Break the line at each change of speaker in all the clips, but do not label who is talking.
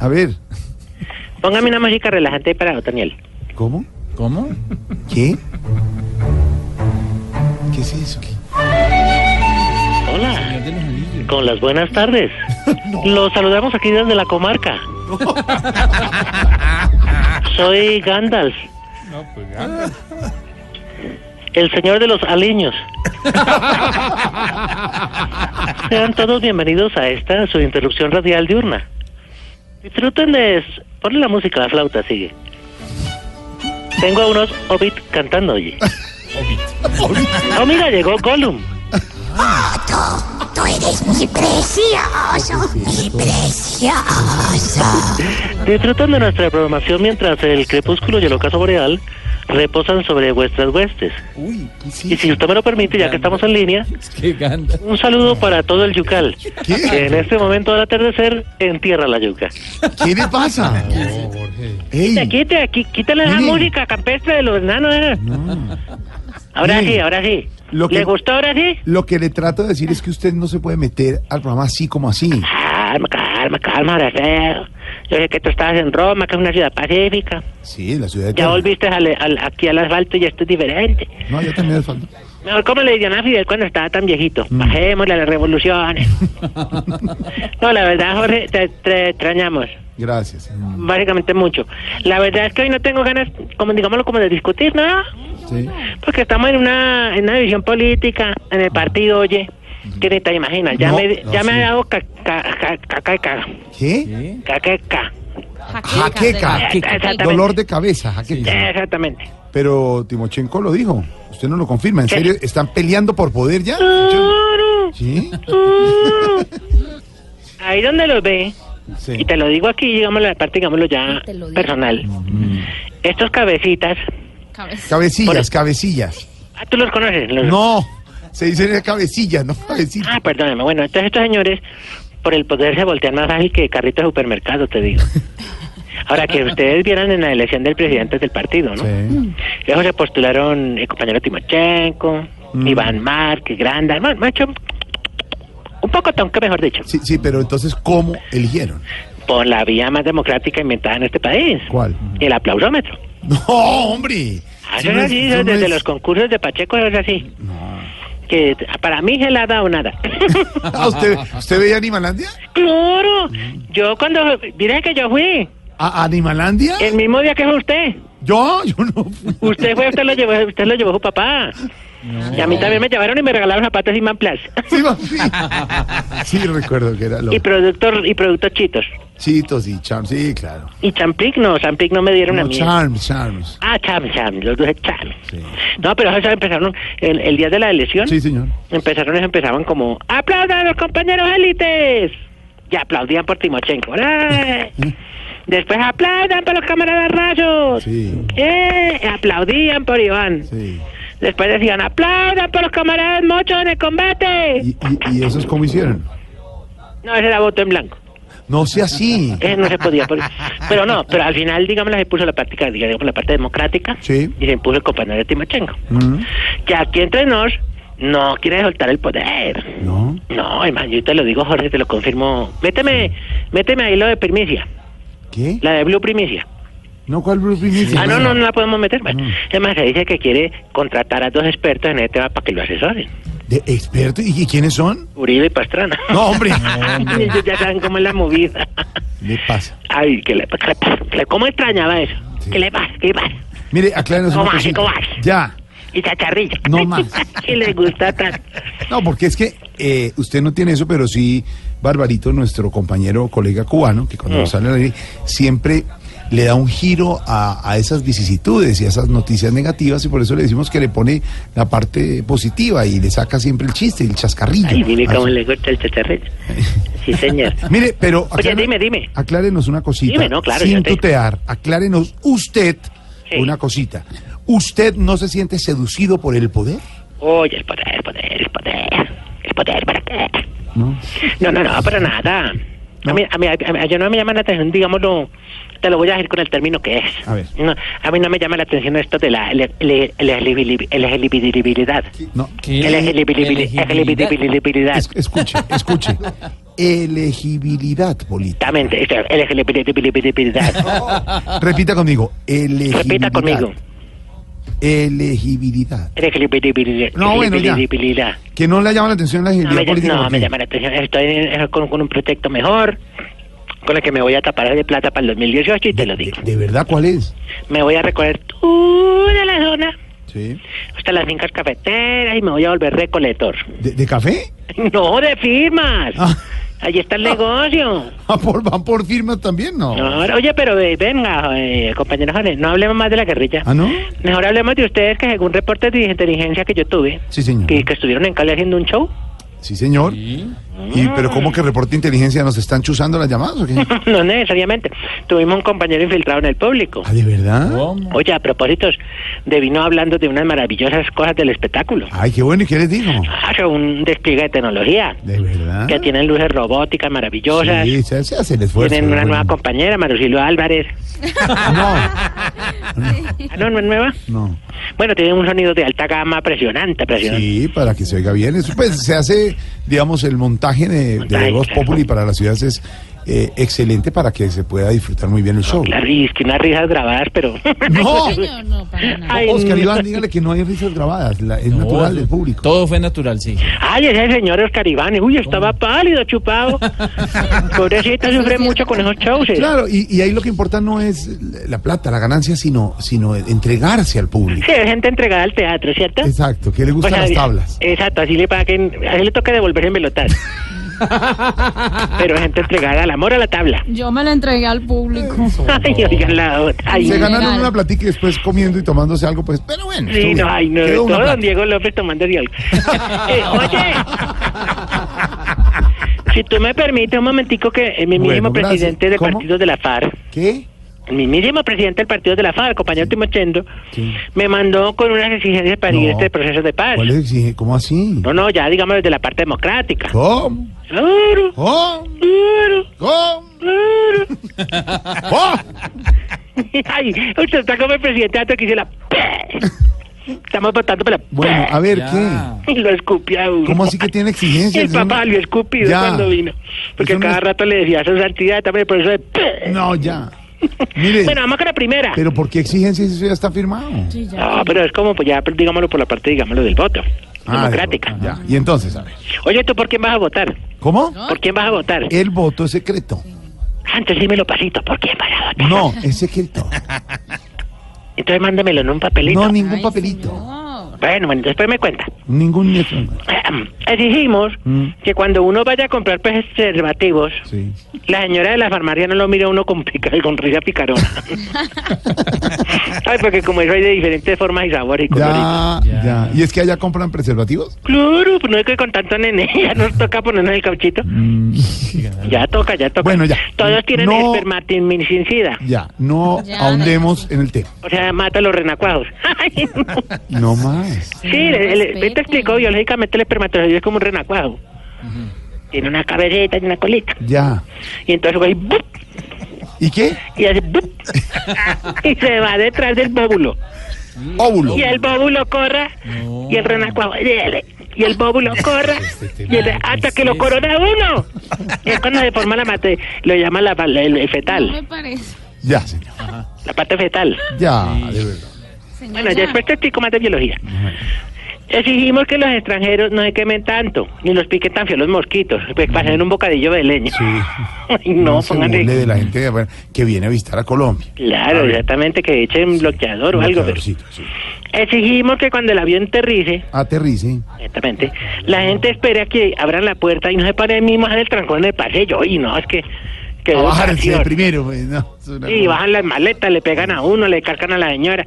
A ver.
Póngame una música relajante para Otoniel.
¿Cómo?
¿Cómo?
¿Qué? ¿Qué es eso?
Hola,
de los anillos.
con las buenas tardes. Los saludamos aquí desde la comarca. Soy Gandalf,
No, pues ya.
el señor de los aliños. Sean todos bienvenidos a esta, su interrupción radial diurna. Disfruten de... Ponle la música, la flauta, sigue. Tengo a unos Hobbit cantando, oye. Oh, mira, llegó Gollum.
Tú eres mi precioso, mi precioso.
Disfrutan de nuestra programación mientras el crepúsculo y el ocaso boreal reposan sobre vuestras huestes.
Uy, ¿qué es
Y si usted me lo permite, ya que estamos en línea,
Es que ganda.
un saludo para todo el yucal, que en este momento del atardecer entierra la yuca.
¿Qué le pasa?
Oh, Jorge.
Ey,
Quítale, aquí, quítale la
Miren.
música campestre de los enanos. eh. Ahora
Miren.
sí, ahora sí.
Lo que-
¿Le gustó ahora sí?
lo que le trato de decir es que usted no se puede meter al programa así como así.
Calma, calma, calma, ahora sí. Yo sé que tú estabas en Roma, que es una ciudad pacífica.
Sí, la ciudad de
Ya
Cali.
volviste al- al- aquí al asfalto y esto es diferente.
No, yo también me falta.
Mejor como le dirían a Fidel cuando estaba tan viejito.
Mm.
Bajémosle a las revoluciones. no, la verdad, Jorge, te, te extrañamos.
Gracias. Mm,
Básicamente mucho. La verdad es que hoy no tengo ganas, como digámoslo, como de discutir, ¿no?
Sí.
Porque estamos en una, en una división política, en el partido, oye. ¿Qué te, te imaginas? Ya
No,
me,
no,
ya me
sí.
ha dado ca- ca- ca- cacaca.
¿Qué?
¿Qué?
Cacaca.
Jaqueca.
Jaqueca, exactamente.
Dolor de cabeza, jaqueca.
Exactamente.
Pero Timochenko lo dijo. Usted no lo confirma. ¿En serio? ¿Están peleando por poder ya?
Mm.
¿Sí?
Ahí donde los ve,
Sí.
y te lo digo aquí, digámoslo, aparte, digámoslo ya
Y te lo digo.
personal.
Mm.
Estos cabecitas,
Cabecillas,
Por-
cabecillas.
ah, tú los conoces. Los-
No, se dice cabecillas, no cabecillas.
Ah, perdóname. Bueno, entonces estos señores, por el poder se voltean más fácil que carritos de supermercado, te digo. Ahora, que ustedes vieran en la elección del presidente del partido, ¿no?
Sí.
Luego se postularon el compañero Timochenko,
Mm.
Iván Márquez, Granda, bueno, macho, un poco tonque, mejor dicho,
sí, sí, pero entonces, ¿cómo eligieron?
por la vía más democrática inventada en este país.
¿Cuál?
El aplausómetro.
No, hombre.
Ah,
Eso
eso
no es-
es así,
eso
eso
no
desde
es-
los concursos de Pacheco es así. Que para mí gelada o nada.
Ah, ¿Usted, ¿Usted veía Animalandia?
claro,
Mm.
yo cuando, mire que yo fui,
¿A Animalandia?
el mismo día que fue usted.
Yo, yo no fui.
Eh, Usted fue, usted lo llevó, usted lo llevó a su papá. Y a mí también me llevaron y me regalaron zapatos Iman Plus.
Sí, va, sí. Sí, recuerdo que era lo.
Y productos, y productos chitos.
Chitos y Charms, sí, claro.
Y Champlic no, Champlic no me dieron a
No,
mí.
Charms, Charms.
Ah, Cham, Cham, los dos Cham.
Sí.
No, pero eso empezaron el, el día de la elección.
Sí, señor.
Empezaron, ellos empezaban como, ¡aplaudan a los compañeros élites! Y aplaudían por Timochenko. ¡Ay!
Eh,
Después aplaudan por los camaradas rayos.
Sí.
¡Eh! Aplaudían por Iván.
Sí.
Después decían, aplaudan por los camaradas mochos en el combate.
¿Y, y, y esos cómo hicieron?
No, ese era voto en blanco.
No sea así.
Ese no se podía. porque- Pero no, pero al final, digamos, se puso la práctica, digamos, la parte democrática.
Sí.
Y se impuso el compañero Timochenko.
Mm,
Que aquí entre nos no quiere soltar el poder.
No.
No, hermano, yo te lo digo, Jorge, te lo confirmo. Méteme, méteme ahí lo de primicia,
¿Qué?
la de Blue Primicia.
No, ¿cuál Blue Primicia?
ah, no, no, no la podemos meter. Bueno,
Mm.
además, se dice que quiere contratar a dos expertos en este tema para que lo asesoren.
¿De experto? ¿Y quiénes son?
Uribe y Pastrana.
No, hombre.
Ellos ya saben cómo es la movida.
Le pasa.
Ay, que le, que le pasa, que le- ¿cómo extrañaba eso?
Sí.
¿Qué le pasa? ¿Qué le pasa?
Mire, aclárenos
No
una
más,
cosita.
no más.
Ya.
Y chacharrillo.
No más.
que le gusta tanto.
No, porque es que eh, usted no tiene eso, pero sí, Barbarito, nuestro compañero, colega cubano, que cuando
Mm.
sale al aire, siempre le da un giro a, a esas vicisitudes y a esas noticias negativas, y por eso le decimos que le pone la parte positiva y le saca siempre el chiste, el chascarrillo.
Ay, mire
A
cómo
eso.
le gusta el chacharrillo. Sí, señor.
Mire, pero.
Oye, dime, dime.
Aclárenos una cosita.
Dime, no, claro,
sin
yo te-
tutear, aclárenos usted
Sí.
una cosita. ¿Usted no se siente seducido por el poder?
Oye, el poder, el poder, el poder. El poder, ¿para qué?
No.
No, no, no, para nada. A, mí, a, mí, a mí- a yo no me llama la atención, digámoslo, te lo voy a decir con el término que es.
A ver.
No, a mí no me llama la atención esto de la ele- ele- ele- elegibilidad.
No,
¿Qué?
Elegibilibili-
Elegibilidad.
Elegibilidad.
es- escuche, escuche. Elegibilidad política.
Exactamente, esto, elegibilidad.
Repita conmigo. Elegibilidad.
Repita conmigo.
Elegibilidad.
Elegibilidad.
No, bueno, ya.
elegibilidad.
Que no le llama la atención la
No,
elegibilidad
me,
política.
no,
¿por
me
qué?
llama la atención. Estoy eh, con, con un proyecto mejor, con el que me voy a tapar de plata para el 2018 y te lo
de,
digo.
de verdad cuál es?
Me voy a recorrer toda la zona,
Sí.
hasta las fincas cafeteras y me voy a volver recolector.
¿De, de café?
No, de firmas.
Ah.
Ahí está el negocio.
Ah, por, ¿Van por firmas también? No.
No, oye, pero eh, venga, eh, compañeros, jóvenes, no hablemos más de la guerrilla.
¿Ah, no?
Mejor hablemos de ustedes que según reportes de inteligencia que yo tuve,
Sí, señor.
que, que estuvieron en Cali haciendo un show.
Sí, señor.
Sí.
¿Y, ¿Pero cómo que reporte de inteligencia nos están chuzando las llamadas o qué?
no necesariamente. Tuvimos un compañero infiltrado en el público.
Ah, ¿de verdad?
¿Cómo?
Oye, a propósito, de vino hablando de unas maravillosas cosas del espectáculo.
Ay, qué bueno. ¿Y qué les digo?
Claro, un despliegue de tecnología.
¿De verdad?
Que tienen luces robóticas maravillosas.
Sí, se, se hace el esfuerzo.
tienen una
bueno.
nueva compañera, Marusilo Álvarez. Ah, no, no es nueva.
No, no.
Bueno, tienen un sonido de alta gama, presionante, presionante.
Sí, para que se oiga bien. Eso, pues, se hace, digamos, el montaje de, de
Montaje,
Voz
claro.
Populi para las ciudades es eh, excelente para que se pueda disfrutar muy bien el show.
Claro, y es que unas risas grabadas, pero.
¡No!
Señor, no, para nada.
Ay,
Oscar
no.
Iván, dígale que no hay risas grabadas. la- es
No,
natural
no.
del público.
Todo fue natural, sí.
Ay, ese señor Oscar Iván, uy, estaba pálido, chupado. Pobrecito, sufre mucho con esos shows. eh.
Claro, y, y ahí lo que importa no es la plata, la ganancia, sino, sino entregarse al público.
Sí, hay gente entregada al teatro, ¿cierto?
Exacto, que le
O
gustan
sea,
las tablas.
Exacto, así le paguen, así le toca devolverse en pelotas. Pero gente entregada al amor a la tabla.
Yo me la entregué al público.
Ay, oigan la otra. Ay,
Se ganaron
Legal.
una platica y después comiendo y tomándose algo, pues, pero bueno.
sí,
estuvo
no, ay,
bien.
no,
Quedó
todo
una
don
plata.
Diego López tomando de algo. Eh, oye. Si tú me permites un momentico que el mismísimo
Bueno, gracias.
presidente del
¿Cómo?
partido de la FARC,
¿Qué?
el mismísimo presidente del partido de la FARC, compañero Timochendo,
Sí.
me mandó con unas exigencias para ir a
No.
este proceso de paz.
¿Cuál es? Sí, ¿Cómo así?
No, no, ya digamos desde la parte democrática.
¿Cómo?
Claro,
¿Cómo?
claro.
¿Cómo? ¿Cómo?
Ay, usted está como el presidente antes que hice la... Estamos votando para...
Bueno, a ver,
Ya.
¿qué?
Y lo escupió a uno.
¿Cómo así que tiene exigencias?
El papá
Eso no-
lo escupió
Ya.
cuando vino. Porque
Eso no
cada
es-
rato le decía a su santidad también por eso de...
No, ya. Mire,
Bueno, vamos con la primera.
pero ¿por qué exigencias eso ya está firmado?
Sí, ya.
No, pero es como, pues ya, digámoslo por la parte, digámoslo, del voto.
Ah,
democrática.
de- Ya. Y entonces, a ver.
Oye, ¿tú por quién vas a votar?
¿Cómo?
¿Por quién vas a votar?
El voto es secreto.
Antes dímelo pasito, ¿por quién vas a votar?
No, es secreto.
Entonces mándamelo en un papelito.
No, ningún
Ay,
papelito.
señor.
Bueno, bueno, después me cuenta.
Ningún
Exigimos
Mm.
que cuando uno vaya a comprar peces preservativos,
Sí.
la señora de la farmacia no lo mira a uno con, pica, con risa picarona. Ay, porque como eso hay de diferentes formas y sabores y colores.
Ya, ya. ¿Y es que allá compran preservativos?
Claro, pues no hay que con tanto nene, ya nos toca ponernos el cauchito. Ya toca, ya toca.
Bueno, ya.
Todos tienen
No.
espermatominicida,
Ya, no
Ya,
ahondemos en el tema.
o sea, mata a los renacuajos. Ay, no.
No más.
Sí, el- el-
respeten.
te explico, biológicamente el espermatozoide es como un renacuajo. Tiene una cabecita y una colita.
Ya.
Y entonces va y ¡bup!
¿Y qué?
y hace ¡bup! y se va detrás del bóvulo.
Óvulo.
Y el bóvulo corra y el renacuajo ¡yele! y el bóvulo
Este
corra y el- hasta que lo corona uno. Y es cuando se forma la mate, lo llama la, la- el, el
No me
fetal,
parece.
Ya, señor.
la parte fetal.
Ya, de verdad.
Señor,
Bueno,
ya.
ya después te explico más de biología. Exigimos que los extranjeros no se quemen tanto, ni los piquen tan feo los mosquitos, pues para hacer un bocadillo de leña. Ay, no,
se
pongan
burle de la gente de- bueno, que viene a visitar a Colombia.
Claro, exactamente, que echen bloqueador o algo. pero-
Bloqueadorcito, sí.
Exigimos que cuando el avión aterrice,
Aterrice.
exactamente, la gente espere a que abran la puerta y no se pare ahí mismo a hacer el trancón en el pasillo. Y no, es que... que
A
es
bajarse
ocasión.
primero. pues, no, es una
Y
cosa-
bajan las maletas, le pegan a uno, le cargan a la señora.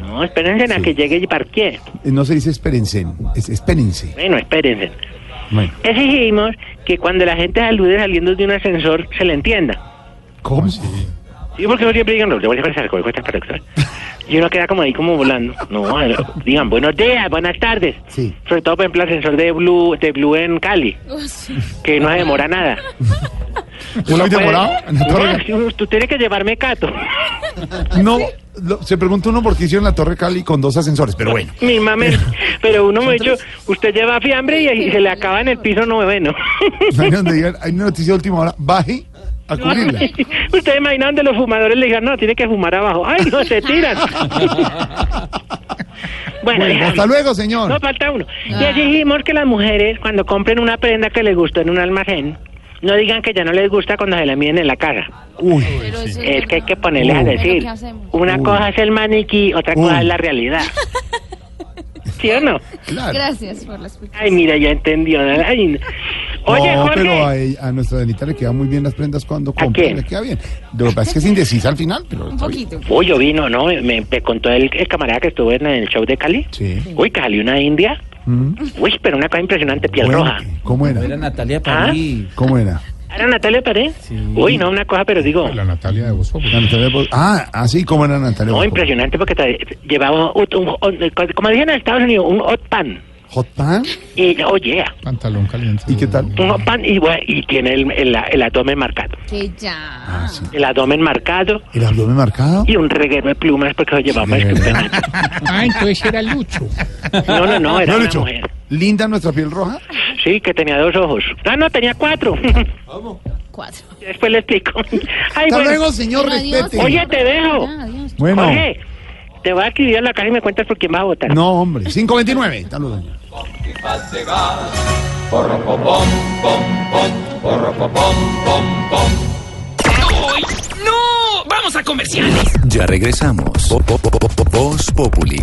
No, espérense a
Sí.
que llegue y parquee.
No se dice espérense, es espérense.
Bueno, espérense.
Bueno,
Exigimos que cuando la gente salude saliendo de un ascensor se le entienda.
¿cómo?
Pues Sí, porque no siempre digan, no, le voy a pasar con esta para el este doctor. Y uno queda como ahí como volando. No, digan, buenos días, buenas tardes.
Sí.
Sobre todo, por ejemplo, el ascensor de Blue, de Blue en Cali,
Oh,
que no se demora nada.
¿Estoy demorado? en
pues,
la torre?
Uno- Tú tienes que llevarme Cato.
No, lo- se pregunta uno por qué hicieron la Torre Cali con dos ascensores, pero bueno.
Mi mamá, pero uno me ha dicho, usted lleva fiambre y, y se le acaba en el piso noveno.
No hay donde digan, hay una noticia de última hora, baje a cubrirla.
Usted imagina donde los fumadores le digan, no, tiene que fumar abajo. Ay, no, se tiran. bueno,
Bueno,
ya.
hasta luego,
no
señor.
falta uno.
Ah.
Y exigimos que las mujeres, cuando compren una prenda que les gustó en un almacén, no digan que ya no les gusta cuando se la miden en la caja.
Uy,
Pero eso
Es que hay que
Uy.
ponerles a
Pero,
decir,
¿qué hacemos?
una
Uy.
cosa es el maniquí, otra
Uy.
cosa es la realidad. ¿Sí o no?
claro.
Gracias por la explicación.
Ay, mira, ya entendió. Ay, Oye,
no,
Jorge.
pero a, ella- a nuestra Danita le quedan muy bien las prendas cuando compra,
quién?
le queda bien. Lo que pasa es que es indecisa al final, pero
Un
está bien.
poquito.
Uy, yo vino, ¿no? Me, me contó el, el camarada que estuvo en el show de Cali.
Sí.
Uy, Cali, una india.
Mm.
Uy, pero una cosa impresionante, piel
Bueno,
roja.
¿Cómo
No era
era?
Natalia París.
¿Cómo era?
¿Era Natalia Pérez?
Sí.
Uy, no, una cosa, pero digo...
La Natalia de Bosco.
La Natalia Bo- Ah, así como era Natalia.
No,
Bo-
impresionante porque tra- llevaba, un, un- un- como dicen en Estados Unidos, un hot pan.
Hot pan.
Y, oye,
Pantalón caliente.
¿Y qué tal?
un hot pan y, bueno, y tiene el, el, el abdomen marcado.
Que ya.
Ah, sí.
El abdomen marcado
El abdomen marcado.
y un reguero de plumas porque lo llevaba
De
el
verdad.
campeonato.
Ah, entonces era Lucho.
No, no, no, era
No,
una
Lucho,
mujer.
linda nuestra piel roja.
Sí, que tenía dos ojos. Ah, no, tenía cuatro.
Cuatro.
Después le explico.
Hasta
Ay, bueno.
luego, señor,
Bueno, adiós.
respete.
Oye, te dejo.
Ya, adiós.
bueno,
Jorge, te voy a escribir en la caja y me cuentas por quién vas a votar.
no, hombre. 529. Saludos. doña.
¡No! ¡Vamos a comerciales!
Ya regresamos. Voz Populi.